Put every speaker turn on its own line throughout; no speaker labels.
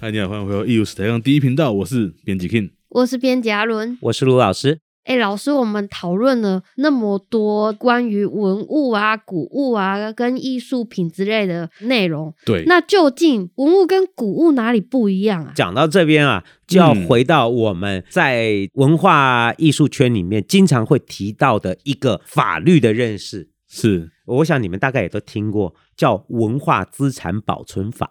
嗨，你好，欢迎回到《E 义务史台上第一频道，我是编辑 King。
我是编辑阿伦。
我是卢老师。
哎，老师，我们讨论了那么多关于文物啊、古物啊、跟艺术品之类的内容，
对，
那究竟文物跟古物哪里不一样啊？
讲到这边啊，就要
嗯
回到我们在文化艺术圈里面经常会提到的一个法律的认识。
是
我想你们大概也都听过，叫《文化资产保存法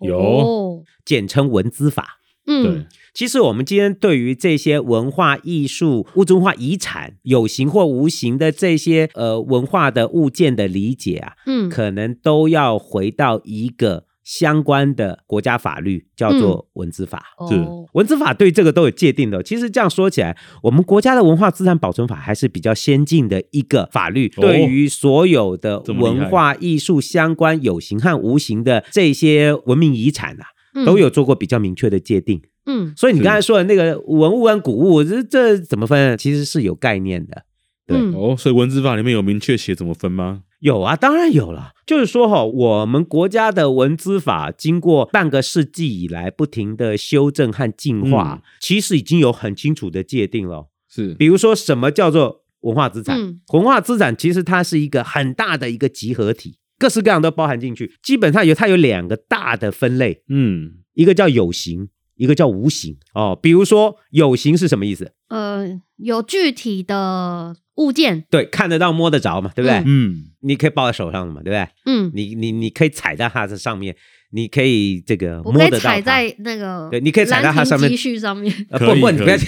有
哦》，
简称《文资法》。
对
嗯，，
其实我们今天对于这些文化艺术、物质文化遗产、有形或无形的这些呃文化的物件的理解啊，
嗯，
可能都要回到一个相关的国家法律，叫做文字法。
是
哦，
文字法对这个都有界定的哦。其实这样说起来，我们国家的文化资产保存法还是比较先进的一个法律，
哦
对于所有的
这么厉害
文化艺术相关有形和无形的这些文明遗产啊，
嗯
都有，做过比较明确的界定。
嗯
所以你
是
刚才说的那个文物跟古物，这这怎么分？其实是有概念的。对
嗯
哦，所以文字法里面有明确写怎么分吗？
有啊，当然有了。就是说哈、我们国家的文资法经过半个世纪以来不停的修正和进化，其实已经有很清楚的界定了。
是
比如说，什么叫做文化资产？
嗯
文化资产其实它是一个很大的一个集合体，各式各样都包含进去。基本上有它有两个大的分类，
嗯，
一个叫有形，一个叫无形。哦，比如说有形是什么意思？
呃，有具体的物件，
对，看得到、摸得着嘛，对不对？
嗯，
你可以抱在手上的嘛，对不对？
嗯，
你你你可以踩在它的上面，你可以这个
我
摸
可以
得到它
踩在那个，
对你可以踩在它上面
积蓄上面，
呃
可
不
以
不，你
可
不要
以，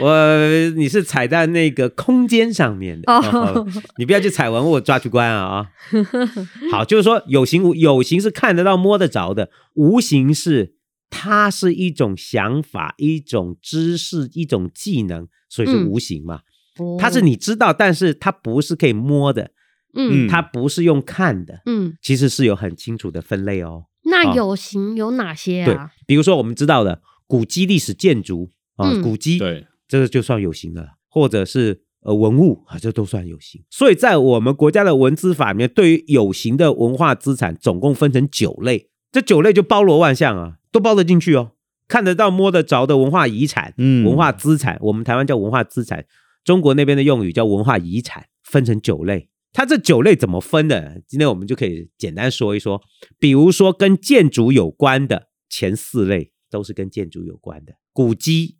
我你是踩在那个空间上面的，
哦
你不要去踩文物抓去关啊 啊！好，就是说有形无有形是看得到摸得着的，无形是它是一种想法、一种知识、一种技能，所以是
嗯
无形嘛。
哦
它是，你知道，但是它不是可以摸的，
嗯
嗯
它不是用看的，
嗯，
其实是有很清楚的分类哦。
那
啊
有形有哪些
对
啊？，
比如说我们知道的古迹历史建筑啊，
嗯
古迹，
对，
这个就算有形的了，或者是呃文物啊，这都算有形。所以在我们国家的文资法里面，对于有形的文化资产，总共分成九类，这九类就包罗万象啊，都包得进去哦。看得到、摸得着的文化遗产、
嗯
文化资产，我们台湾叫文化资产，中国那边的用语叫文化遗产，分成九类。它这九类怎么分的？今天我们就可以简单说一说。比如说跟建筑有关的前四类都是跟建筑有关的，古迹、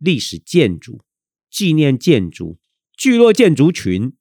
历史建筑、纪念建筑、聚落建筑群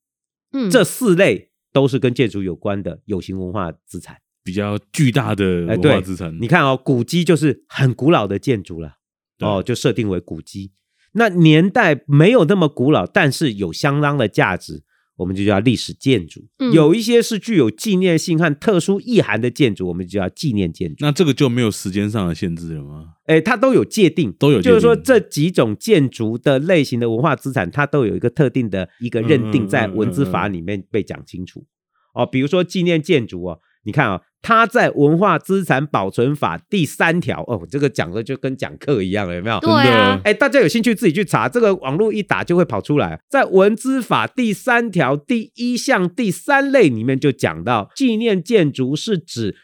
嗯，
这四类都是跟建筑有关的有形文化资产。
比较巨大的
哎
文
对
化资产，
你看哦，古迹就是很古老的建筑了，
对
哦，就设定为古迹。那年代没有那么古老，但是有相当的价值，我们就叫历史建筑。
嗯
有一些是具有纪念性和特殊意涵的建筑，我们就叫纪念建筑。
那这个就没有时间上的限制了吗？
诶，它都有界定，
都有界定
就是说这几种建筑的类型的文化资产，它都有一个特定的一个
嗯
认定，在文字法里面被讲清楚。哦，比如说纪念建筑哦，你看啊、哦，它在《文化资产保存法》第三条哦，这个讲的就跟讲课一样了，有没有？
对啊
真，
哎，大家有兴趣自己去查，这个网络一打就会跑出来。在《文资法》第三条第一项第三类里面就讲到，纪念建筑是指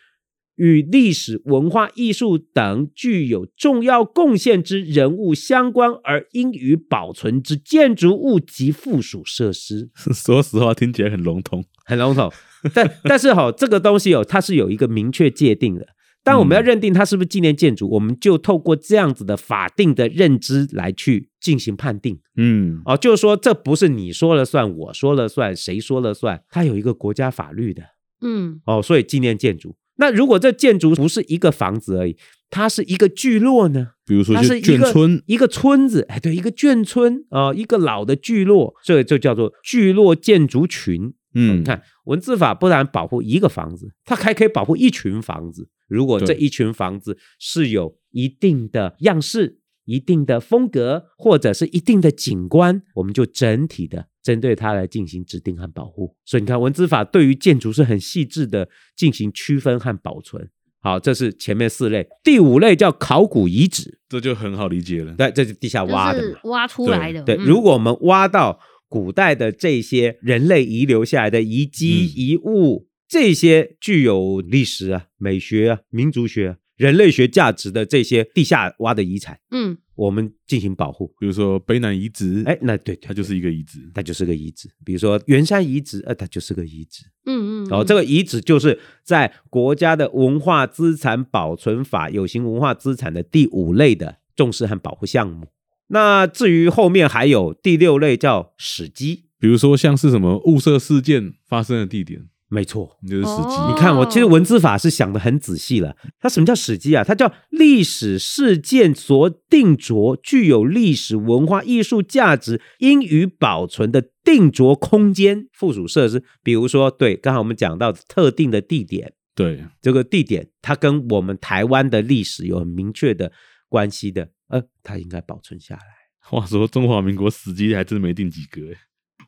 与历史文化、艺术等具有重要贡献之人物相关而应予保存之建筑物及附属设施。
说实话，听起来很笼统。
很笼统，但但是哈、这个东西哦，它是有一个明确界定的。但我们要
嗯
认定它是不是纪念建筑，我们就透过这样子的法定的认知来去进行判定。
嗯，
哦，就是说这不是你说了算，我说了算，谁说了算，它有一个国家法律的
嗯
哦，所以纪念建筑。那如果这建筑不是一个房子而已，它是一个聚落呢？
比如说
它
就是
一
眷
个
村，
一个村子，哎，对，一个眷村啊、呃一个老的聚落，这就叫做聚落建筑群。
嗯
你，看文字法不但保护一个房子，它还可以保护一群房子。如果这
对
一群房子是有一定的样式、一定的风格，或者是一定的景观，我们就整体的针对它来进行指定和保护。所以你看，文字法对于建筑是很细致的进行区分和保存。好，这是前面四类，第五类叫考古遗址，
这就很好理解了。
对，这是地下挖
就
的嘛。
是挖出来的，
对，
嗯
如果我们挖到古代的这些人类遗留下来的遗迹、
嗯
遗物，这些具有历史啊、美学啊、民族学啊人类学价值的这些地下挖的遗产，
嗯，
我们进行保护。
比如说卑南遗址，
哎，那对对，
它就是一个遗址，
它就是个遗址。比如说圆山遗址，呃，它就是个遗址。
嗯嗯，
哦，这个遗址就是在国家的文化资产保存法有形文化资产的第五类的重视和保护项目。那至于后面还有第六类叫史迹，
比如说像是什么雾社事件发生的地点，
没错。
就是史迹。
哦
你看，我其实文字法是想的很仔细了。它什么叫史迹啊？它叫历史事件所定着具有历史文化艺术价值，应予保存的定着空间附属设施。比如说，对，刚才我们讲到的特定的地点，
对，
这个地点，它跟我们台湾的历史有很明确的关系的，呃，它应该保存下来，
话说中华民国史迹还真没定几个、哎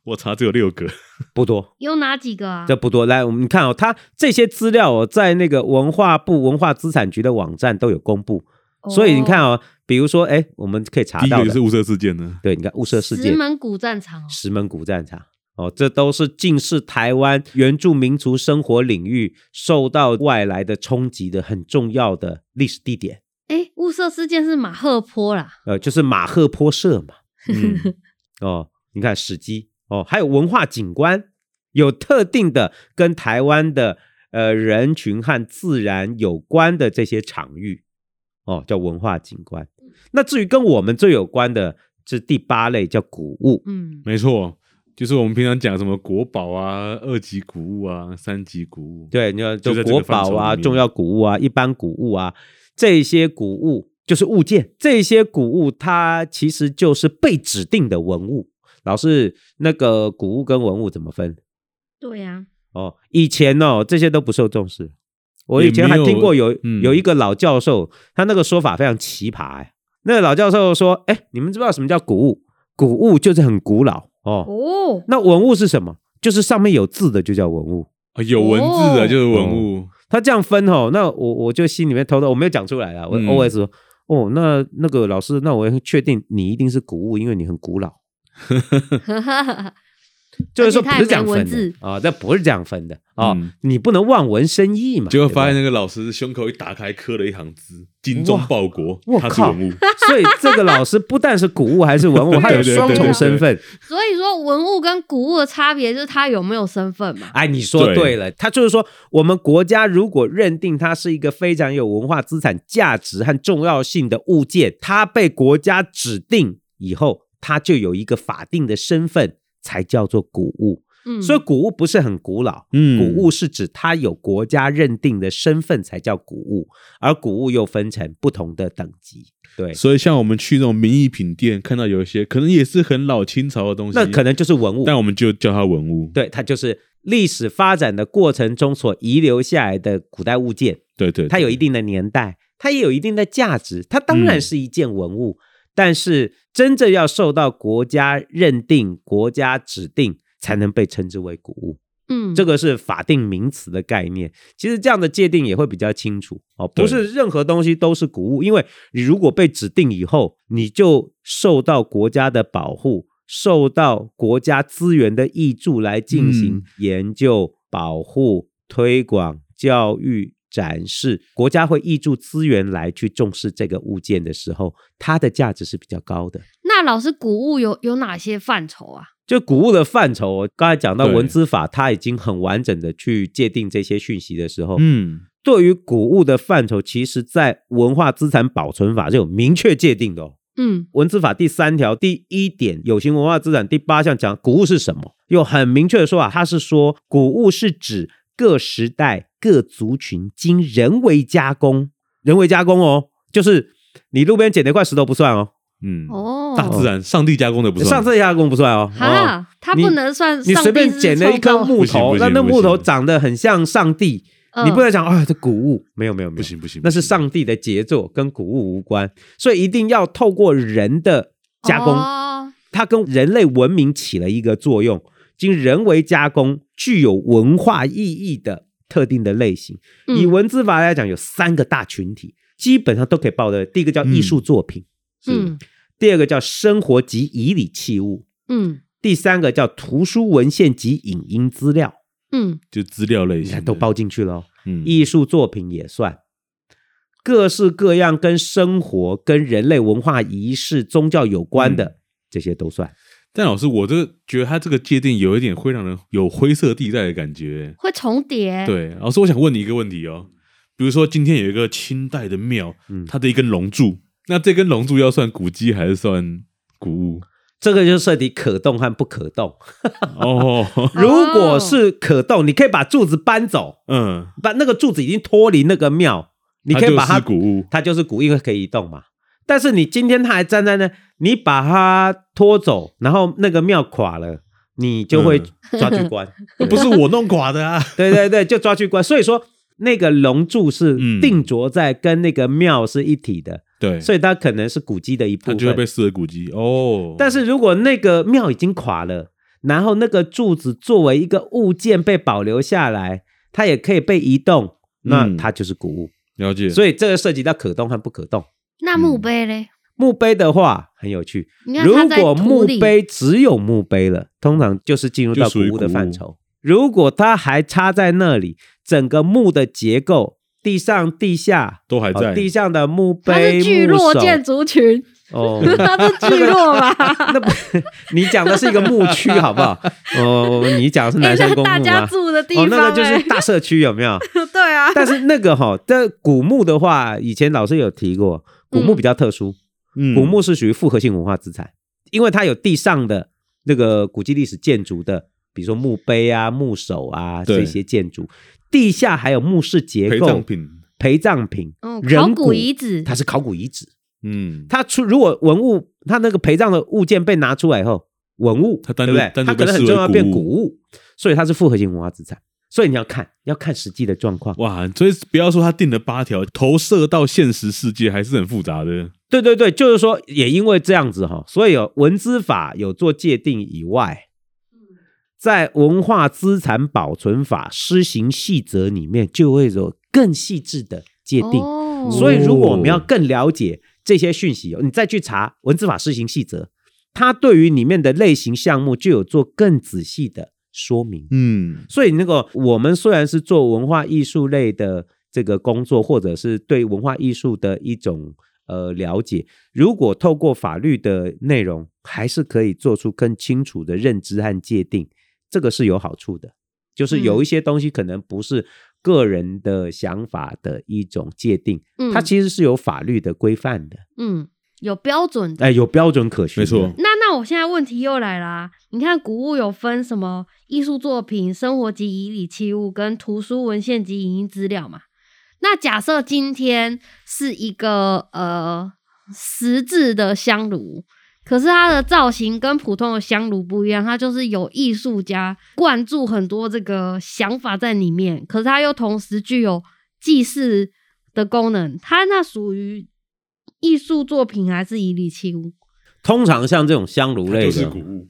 我查只有六个。
不多，
有哪几个啊？
这不多。来，我们看哦，它这些资料哦，在那个文化部文化资产局的网站都有公布，所以你看
哦，
哦，比如说，哎，我们可以查
第一
到
个就
的
是，雾社事件 呢，
对，你看雾社事件
石、门古战场哦，
石门古战场。哦，这都是近世台湾原住民族生活领域受到外来的冲击的很重要的历史地点，
哎，雾社事件是马赫坡啦，
呃，就是马赫坡社嘛。
嗯，
哦，你看史迹哦，还有文化景观，有特定的跟台湾的呃人群和自然有关的这些场域，哦，叫文化景观。那至于跟我们最有关的，是第八类叫古物，
嗯，
没错，就是我们平常讲什么国宝啊、二级古物啊、三级古物，
对，你要
就在这个
国
范畴
宝啊、
里面
重要古物啊、一般古物啊，这些古物就是物件，这些古物它其实就是被指定的文物。老师，那个古物跟文物怎么分？
对呀，
哦，以前哦，这些都不受重视。我
也
以前
没
还
有
听过有有,、
嗯
一个老教授，他那个说法非常奇葩、哎。那个老教授说：“哎，你们知不知道什么叫古物？古物就是很古老哦。
哦，
那文物是什么？就是上面有字的就叫文物。
啊，有文字的
哦
就是文物，
他这样分哦，那我我就心里面偷偷我没有讲出来啊。我
嗯
OS 说：哦，那那个老师，那我确定你一定是古物，因为你很古老。就是说
而且
不
他
是
也
这样
没文
分的
字
啊、哦，那不是这样分的啊、哦
嗯
你不能望文生义嘛。
结果
对不对
发现那个老师胸口一打开，刻了一行字：“精忠报国
哇我，
他是
靠
文 物。
所以这个老师不但是古物还是文 物，他有
对对对
双重身份。
所以说文物跟古物的差别就是它有没有身份嘛，
哎，你说
对
对了，他就是说，我们国家如果认定它是一个非常有文化资产价值和重要性的物件，它被国家指定以后，它就有一个法定的身份，才叫做古物。
嗯，
所以古物不是很古老”，
嗯
古物是指它有国家认定的身份才叫古物，而古物又分成不同的等级。对，
所以像我们去那种名义品店，看到有一些可能也是很老清朝的东西，
那可能就是文物。
但我们就叫它文物。
对，它就是历史发展的过程中所遗留下来的古代物件，
对对，对
它有一定的年代，它也有一定的价值，它当然
嗯
是一件文物，但是真正要受到国家认定、国家指定，才能被称之为古物。
嗯，
这个是法定名词的概念。其实这样的界定也会比较清楚哦，不
对
是任何东西都是古物，因为你如果被指定以后，你就受到国家的保护，受到国家资源的益助来进行
嗯
研究、保护、推广、教育。展示国家会挹注资源来去重视这个物件的时候，它的价值是比较高的。
那老师古物有有哪些范畴啊？
就古物的范畴，我刚才讲到
对
文资法，它已经很完整的去界定这些讯息的时候，
嗯，
对于古物的范畴，其实在文化资产保存法是有明确界定的哦。
嗯
文资法第三条第一点，有形文化资产第八项讲古物是什么，有很明确的说法，它是说古物是指各时代各族群经人为加工，人为加工哦，就是你路边捡了一块石头不算哦，
嗯，
哦，
大自然上帝加工的不算，
上次加工不算哦，哦
哈，它不能 算
你随便捡了一颗木
不行
头
不，行
那那
不
木
行
头长得很像上帝，
嗯
你不能讲啊、这古物，没有没有没有，
不行不行，
那是
不行
上帝的杰作，跟古物无关，所以一定要透过人的加工，
工，
它跟人类文明起了一个作用，经人为加工，具有文化意义的特定的类型。以
为
文字法来讲，有三个大群体，基本上都可以报的。第一个
嗯
叫艺术作品，
是
嗯
第二个叫生活及仪礼器物，
嗯
第三个叫图书文献及影音资料，
嗯
就资料类
你
型的
看都包进去了哦。
嗯
艺术作品也算，各式各样跟生活、跟人类文化、仪式、宗教有关
嗯
的，这些都算。
但老师，我这个觉得他这个界定有一点会让人有灰色地带的感觉。
会重
哎
叠。
对，老师，我想问你一个问题哦，比如说今天有一个清代的庙，
嗯
它的一根龙柱，那这根龙柱要算古迹还是算 古物？
这个就涉及可动和不可动。
哦，
如果是可动，你可以把柱子搬走，
嗯，
把那个柱子已经脱离那个庙，你可以把它
就是古 物，
它就是古，因为可以移动嘛。但是你今天它还站在那，你把它拖走，然后那个庙垮了，你就会
嗯
抓去关。
不是我弄垮的啊。
对对对，就抓去关。所以说，那个龙柱是
嗯
定着在跟那个庙是一体的，
对，
所以它可能是古迹的一部
它就会被
分。
视为古迹哦。
但是如果那个庙已经垮了，然后那个柱子作为一个物件被保留下来，它也可以被移动，那
嗯
它就是古物。
了解，
所以这个涉及到可动和不可动。
那墓
嗯
碑嘞？
墓碑的话很有趣，
你看它
如
在
果
土
墓
里，
碑只有墓碑了，通常就是进入到古物的范
就属于
畴。如果它还插在那里，整个墓的结构，地上、地下，
都还
哦
在。
地上的墓
它
碑、
是聚落
墓首
建筑群，
哦。
它是 聚落吧？
那不，你讲的是一个墓区，好 不好？哦，你讲的是
哎
南山
那
公墓 吗？
大家住的地
哦
方，，
那个就
哎
是大社区，有没有？
对啊，
但是那个哈、这古墓的话，以前老师有提过，古墓比较特殊，
嗯
古墓是属于复合性文化资产，因为它有地上的那个古迹历史建筑的，比如说墓碑啊、墓首啊
对
这些建筑，地下还有墓室结
陪
构、
葬品，
陪葬品
嗯，
人
考
骨
古遗址，
它是考古遗址。
嗯，
它出如果文物，它那个陪葬的物件被拿出来以后，文物
它单
对不
独
对？
单独
它可
被视
能
为
很重要
古
变
物
古物，所以它是复合型文化资产。所以你要看，要看实际的状况。
哇，所以不要说他定了八条，投射到现实世界还是很复杂的。
对对对，就是说，也因为这样子哈，所以有文资法有做界定以外，在文化资产保存法施行细则里面就会有更细致的界定。
哦
所以，如果我们要更了解这些讯息，哦你再去查文字法施行细则，它对于里面的类型项目就有做更仔细的说明。
嗯，
所以，那个我们虽然是做文化艺术类的这个工作，或者是对文化艺术的一种呃了解，如果透过法律的内容，还是可以做出更清楚的认知和界定，这个是有好处的。就是有一些东西可能不是个人的想法的一种界定，
嗯
它其实是有法律的规范的，
嗯有标准的。
哎，有标准可循。
没错，
那那我现在问题又来啦、你看古物有分什么艺术作品、生活及遗礼器物跟图书文献及影音资料嘛？那假设今天是一个呃石质的香炉，可是它的造型跟普通的香炉不一样，它就是有艺术家灌注很多这个想法在里面，可是它又同时具有祭祀的功能，它那属于艺术作品还是遗礼器物？
通常像这种香炉类的，
就是古物。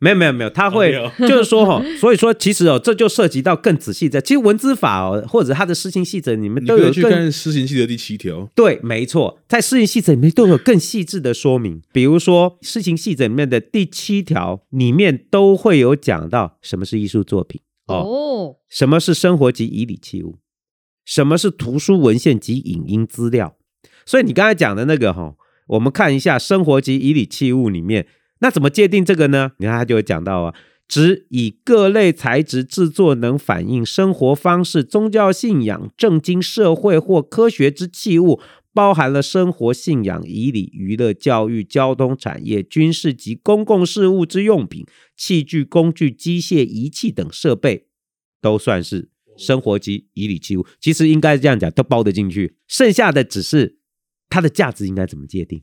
没有没有没有，他会
哦
就是说哈、所以说其实哦，这就涉及到更仔细的，其实文资法哦，或者它的施行细则，你们
你
都
可
有
以去
更
看施行记的第七条，
对，没错，在施行细则里面都有更细致的说明，比如说施行细则里面的第七条里面都会有讲到什么是艺术作品哦，
哦，
什么是生活及仪礼器物，什么是图书文献及影音资料，所以你刚才讲的那个哈、我们看一下生活及以理器物里面，那怎么界定这个呢？你看它就有讲到啊，指以各类材质制作能反映生活方式、宗教信仰、政经社会或科学之器物。包含了生活、信仰、以礼、娱乐、教育、交通、产业、军事及公共事务之用品、器具、工具、机械、仪器等设备，都算是生活及以礼器物。其实应该这样讲，都包得进去。剩下的只是它的价值应该怎么界定？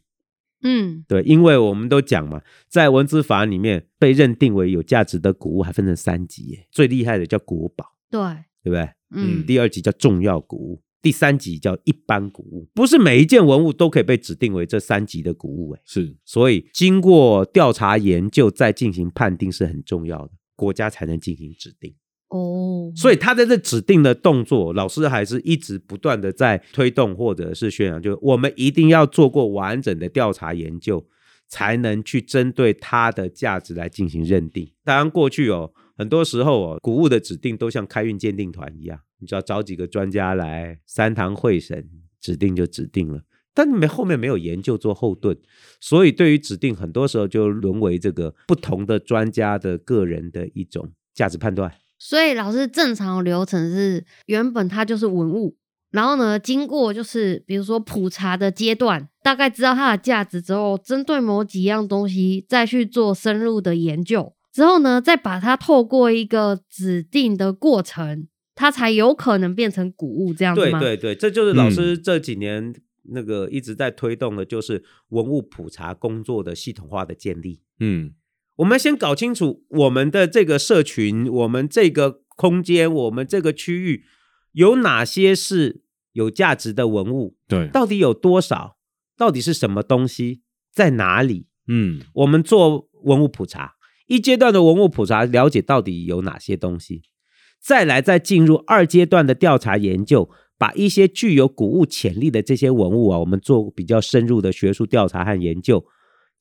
嗯，
对，因为我们都讲嘛，在文字法里面被认定为有价值的古物，还分成三级耶，最厉害的叫国宝，
对，
对不对？
嗯，
第二级叫重要古物，第三级叫一般古物。不是每一件文物都可以被指定为这三级的古物，哎，
是
所以经过调查研究再进行判定是很重要的，国家才能进行指定。
哦，
所以他在这指定的动作，老师还是一直不断的在推动或者是宣扬，就是我们一定要做过完整的调查研究，才能去针对它的价值来进行认定。当然，过去哦，很多时候哦，古物的指定都像开运鉴定团一样，你只要找几个专家来三堂会审。指定就指定了。但没后面没有研究做后盾，所以对于指定，很多时候就沦为这个不同的专家的个人的一种价值判断。
所以老师正常流程是，原本它就是文物，然后呢，经过就是比如说普查的阶段，大概知道它的价值之后，针对某几样东西再去做深入的研究，之后呢，再把它透过一个指定的过程，它才有可能变成古物这样子
对
吗？
对对，这就是老
嗯
师这几年那个一直在推动的，就是文物普查工作的系统化的建立。
嗯
我们先搞清楚我们的这个社群、我们这个空间、我们这个区域有哪些是有价值的文物，
对，
到底有多少，到底是什么东西，在哪里？
嗯
我们做文物普查，一阶段的文物普查了解到底有哪些东西，再来再进入二阶段的调查研究，把一些具有古物潜力的这些文物啊，我们做比较深入的学术调查和研究。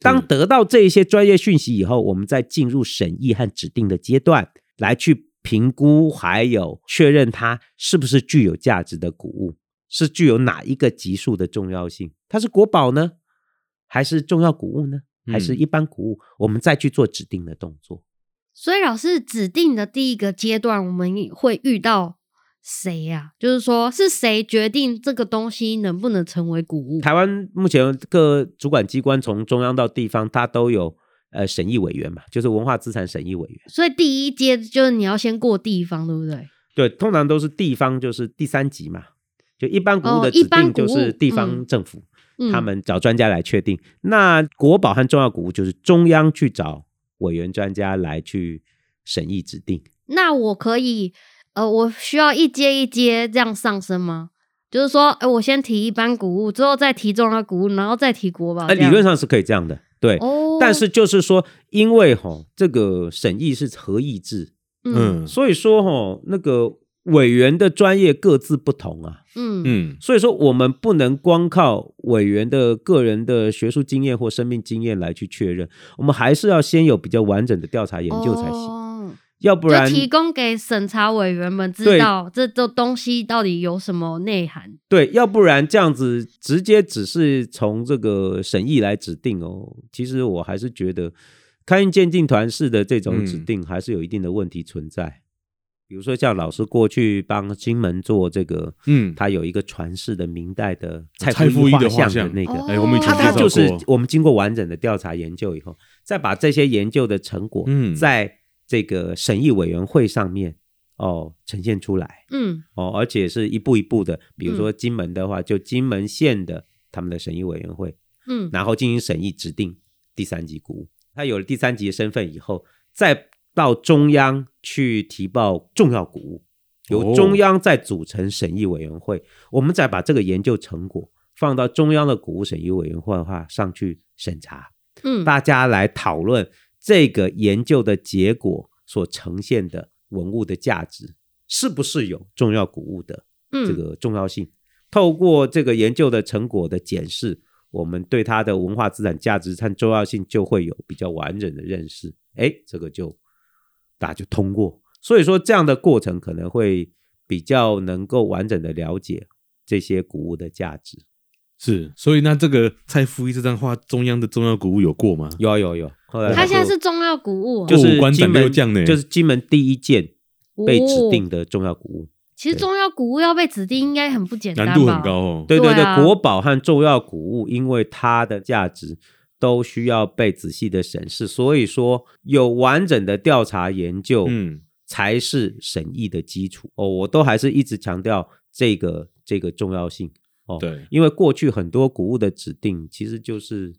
当得到这一些专业讯息以后，我们再进入审议和指定的阶段，来去评估，还有确认它是不是具有价值的古物，是具有哪一个级数的重要性？它是国宝呢，还是重要古物呢？还是
嗯
一般古物？我们再去做指定的动作。
所以老师指定的第一个阶段，我们会遇到谁呀、就是说是谁决定这个东西能不能成为古物？
台湾目前各主管机关从中央到地方，它都有呃审议委员嘛，就是文化资产审议委员。
所以第一阶就是你要先过地方，对不对？
对，通常都是地方，就是第三级嘛。就一般古物
哦
的
一
指
般
定就
古物
是地方
嗯
政府，
嗯，
他们找专家来确定。那国宝和重要古物就是中央去找委员专家来去审议指定。
那我可以，呃，我需要一阶一阶这样上升吗？就是说，哎、我先提一般谷物，之后再提重要谷物，然后再提国宝。
那
哦这
呃理
样
论上是可以这样的，对。
哦，
但是就是说，因为哈这个审议是合议制，
嗯
嗯
所以说哈那个委员的专业各自不同啊。
嗯
嗯
所以说，我们不能光靠委员的个人的学术经验或生命经验来去确认，我们还是要先有比较完整的调查研究才行，
哦
要不
就
然
提供给审查委员们知
对
道这这东西到底有什么内涵。
对，要不然这样子直接只是从这个审议来指定哦。其实我还是觉得开运鉴定团式的这种指
嗯
定还是有一定的问题存在。比如说像老师过去帮金门做这个，
嗯，哦
他有一个传世的明代的
蔡
蔡
夫
夫
一
画
的画
像
像
的那个，
哦
哎，我们以前
啊他他
介
就
绍
是
过，
我们经过完整的调查研究以后，再把这些研究的成果，
嗯
在这个审议委员会上面哦呈现出来
嗯，
哦，而且是一步一步的，比如说金门的话，就金门县的他们的审议委员会，
嗯，
然后进行审议指定第三级古物。他有了第三级的身份以后，再到中央去提报重要古物，由
哦
中央再组成审议委员会，我们再把这个研究成果放到中央的古物审议委员会的话上去审查，
嗯，
大家来讨论这个研究的结果所呈现的文物的价值是不是有重要古物的
嗯
这个重要性。透过这个研究的成果的检视，我们对它的文化资产价值和重要性就会有比较完整的认识。哎，这个就大家就通过。所以说，这样的过程可能会比较能够完整的了解这些古物的价值。
是，所以那这个蔡夫一这张画，中央的中央古物有过吗？
有啊有啊有啊，后来
它
就
现在是重要谷物哦、
就
就
过
是
五关斩
金
六
门
将呢
就是金门第一件被指定
哦。
的重要古物。
其实重要谷物要被指定，应该很不简单吧？
难度很高哦。
对对
对
对，
啊
国宝和重要古物，因为它的价值都需要被仔细的审视，所以说有完整的调查研究，
嗯，
才是审议的基础。哦，我都还是一直强调这个这个重要性，
对，
因为过去很多古物的指定其实就是。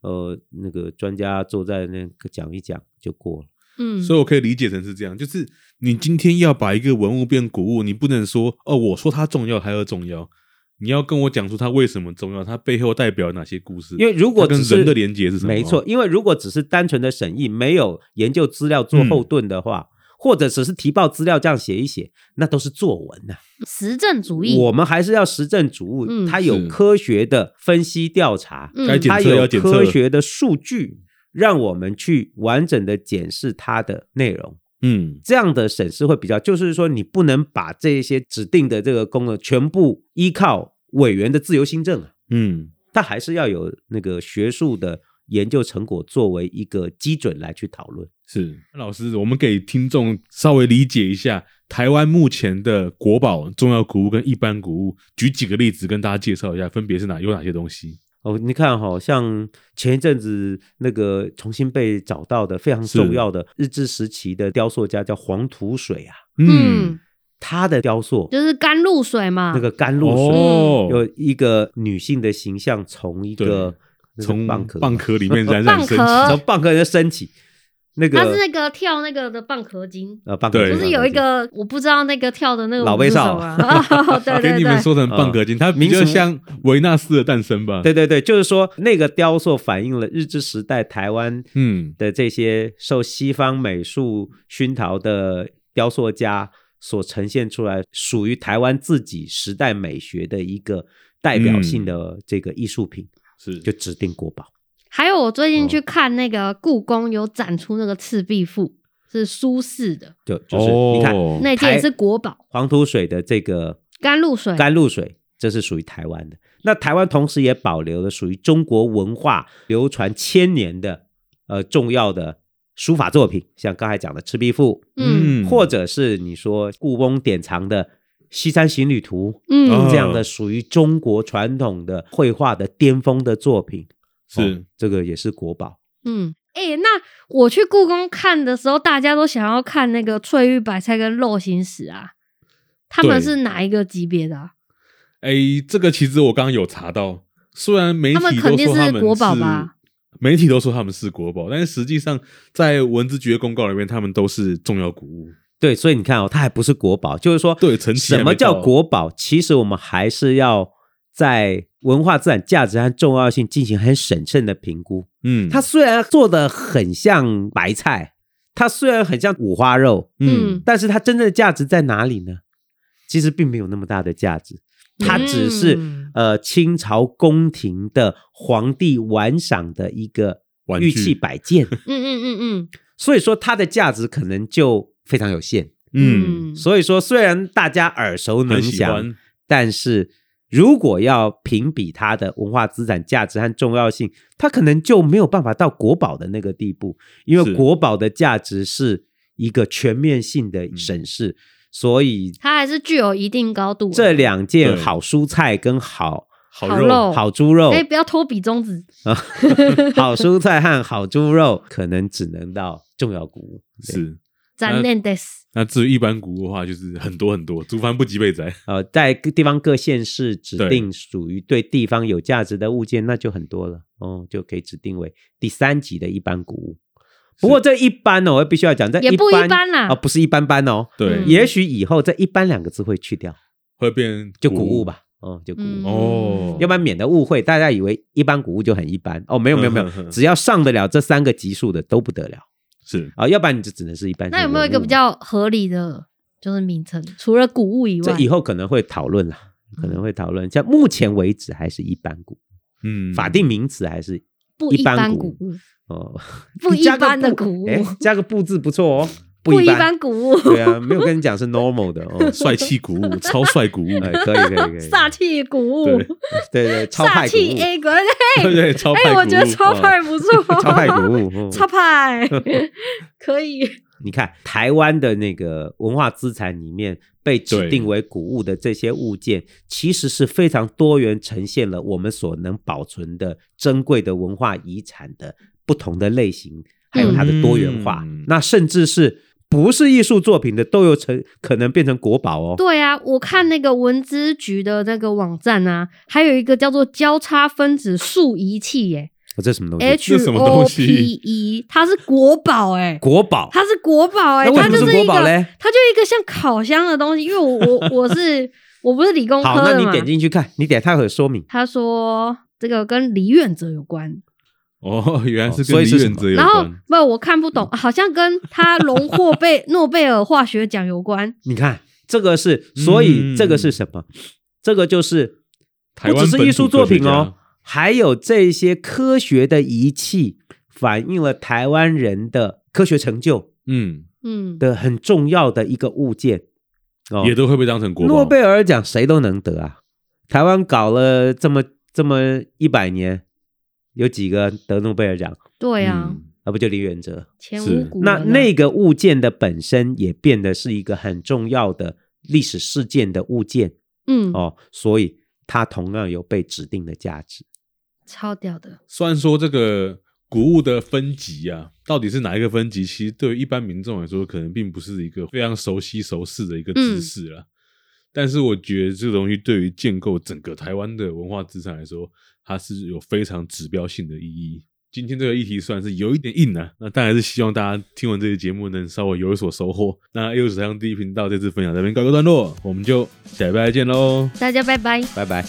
呃，那个专家坐在那个讲一讲就过了，
嗯，
所以我可以理解成是这样，就是你今天要把一个文物变古物，你不能说哦，我说它重要，它要重要。你要跟我讲出它为什么重要，它背后代表哪些故事？
因为如果
它跟
只是
人的连接是什么？
没错，，因为如果只是单纯的审议，没有研究资料
嗯
做后盾的话，或者只是提报资料这样写一写，那都是作文呐、
实证主义，
我们还是要实证主务，
嗯
它有
是
科学的分析调查，
嗯
该检
它
测
有
要检测
科学的数据，让我们去完整的检视它的内容。
嗯，
这样的审视会比较，就是说你不能把这些指定的这个功能全部依靠委员的自由新政啊，
嗯
它还是要有那个学术的研究成果作为一个基准来去讨论。
是老师，我们给听众稍微理解一下台湾目前的国宝、重要古物跟一般古物，举几个例子跟大家介绍一下，分别是哪有哪些东西？
哦，你看哈、像前一阵子那个重新被找到的非常重
是
要的日治时期的雕塑家叫黄土水啊，
嗯，
他的雕塑
就是啊甘露水嘛，
那个甘露水、
哦，
有一个女性的形象从一个那是
从
蚌壳
蚌
吗
壳里面冉冉升
蚌壳
起，
从蚌壳就升起，那个
它是那个跳那个的蚌壳精。
呃蚌壳
对
就是有一个我不知道那个跳的那个
老
舞是
背
什
少
么啊， 对
给
对
你们
对，
说成蚌壳精，它比
民
较
俗
像维纳斯的诞生吧？
对对对，就是说那个雕塑反映了日治时代台湾
嗯
的这些受西方美术熏陶的雕塑家所呈现出来，属于台湾自己时代美学的一个代表性的这个艺术品，
是
就指定国宝。
还有我最近
哦
去看那个故宫有展出那个赤壁赋，是苏轼的
就就是你看
哦
那件也是国宝，
黄土水的这个
甘露水
甘露水，这是属于台湾的。那台湾同时也保留了属于中国文化流传千年的呃重要的书法作品，像刚才讲的《赤壁赋》，
嗯
或者是你说故宫典藏的《西山行旅图》
哦
嗯，
这样的属于中国传统的绘画的巅峰的作品，
是
哦这个也是国宝。
嗯，哎、那我去故宫看的时候，大家都想要看那个翠玉白菜跟肉形石啊，他们
对
是哪一个级别的啊、
哎，这个其实我刚刚有查到，虽然媒体
他们
都
肯定
说
是
他们
国宝吧
是媒体都说他们是国宝，但是实际上在文字局的公告里面，他们都是重要古物。
对，所以你看哦，它还不是国宝，就是说，
对层级还
什
没
么叫
到
国宝？其实我们还是要在文化资产价值和重要性进行很审慎的评估。
嗯，
它虽然做的很像白菜，它虽然很像五花肉，
嗯
但是它真正的价值在哪里呢？其实并没有那么大的价值，它只是、
嗯
呃清朝宫廷的皇帝玩赏的一个
玩具
玉器摆 件，
嗯嗯嗯
所以说它的价值可能就非常有限。
嗯，
嗯嗯，
所以说，虽然大家耳熟能
很喜
详
欢，，
但是如果要评比它的文化资产价值和重要性，它可能就没有办法到国宝的那个地步，因
是
为国宝的价值是一个全面性
嗯
的审视，所以
它嗯还是具有一定高度、啊。
这两件
对
好蔬菜跟好
好
好
肉，
肉
好猪肉
哎、，不要拖比中指。
好蔬菜和好猪肉，可能只能到重要谷物。对
是。
呃
展念 des，
那至于一般古物的话，就是很多很多，竹帆不及被宰。
呃，在各地方各县市指
对
定属于对地方有价值的物件，那就很多了哦，就可以指定为第三级的一般古物。不过这一般哦，我必须要讲，这
也不一般啦
啊、不是一般般哦。
对，
嗯
也许以后这一般两个字会去掉，
会变
就古物。吧，哦，就古
嗯
物，
哦
要不然免得误会，大家以为一般古物就很一般哦，没有没有没
哼哼
有，
哼
只要上得了这三个级数的都不得了
是
啊，要不然你就只能是一般。嗯
那有没有一个比？较合理的，就是名称？除了古物以
这
外，嗯
以后可能会讨论啦，可能会讨论。像目前为止还是一般古物。
嗯，
法定名词还是
不
一
般
古
物，
哦，
不
你
一
加个
般的
不
古物，
诶加个不字不错 哦，
不
一般，
般古物，
对啊，没有跟你讲是 normal 的 哦，
帅气古 物，超帅古物，
哎，可以可以可以，
煞气古物，
对
对对，超
煞
派古
气
物，
A 国，哎
对对，超派
哎，
古物。
我觉得超派不错，
嗯超派古 物，
超
嗯
派 可以，
你看台湾的那个文化资产里面被指
对
定为古物的这些物件，其实是非常多元呈现了我们所能保存的珍贵的文化遗产的不同的类型，还有它的多元化。
嗯
那甚至是不是艺术作品的都有成可能变成国宝哦。
对啊，我看那个文资局的那个网站啊，还有一个叫做交叉分子数仪器耶
哦这是什么东西
，H
什么
O
东
P
西
E，它是国宝哎，
国宝。
它是国宝哎，
那为
它
什么
就是是
国
一
宝
个。
嘞？
它就一个像烤箱的东西，因为我我我是我不是理工
好，
科
那
的
你
嘛。
点进去看，你点它有说明。
他说这个跟李远哲有关，
哦，原来是
哦所
跟
以
李
是什
远
么
哲有
然后
关。
不我看不懂，好像跟他荣获 贝诺贝尔化学奖有关。
你看这个是，所以
嗯
这个是什么？这个就是
台
不
湾
只是艺术作品
本土科学
哦
家，
还有这些科学的仪器，反映了台湾人的科学成就
嗯，
嗯，
的很重要的一个物件。哦
也都会被当成国宝。嗯
诺贝尔奖谁都能得啊，台湾搞了这么这么一百年，有几个得诺贝尔奖？
对啊，
嗯
啊，不就李远哲？
前
是
无古
那
人啊
那个物件的本身也变得是一个很重要的历史事件的物件
嗯
哦，所以它同样有被指定的价值。
超屌的，
虽然说这个谷物的分级啊，到底是哪一个分级，其实对于一般民众来说，可能并不是一个非常熟悉熟识的一个知识啦。但是我觉得这个东西对于建构整个台湾的文化资产来说，它是有非常指标性的意义。今天这个议题虽然是有一点硬啊，那当然是希望大家听完这期节目能稍微有所收获。那 A 五史上第一频道这次分享这边告一个段落，我们就下礼拜再见喽。
大家拜拜。
拜拜。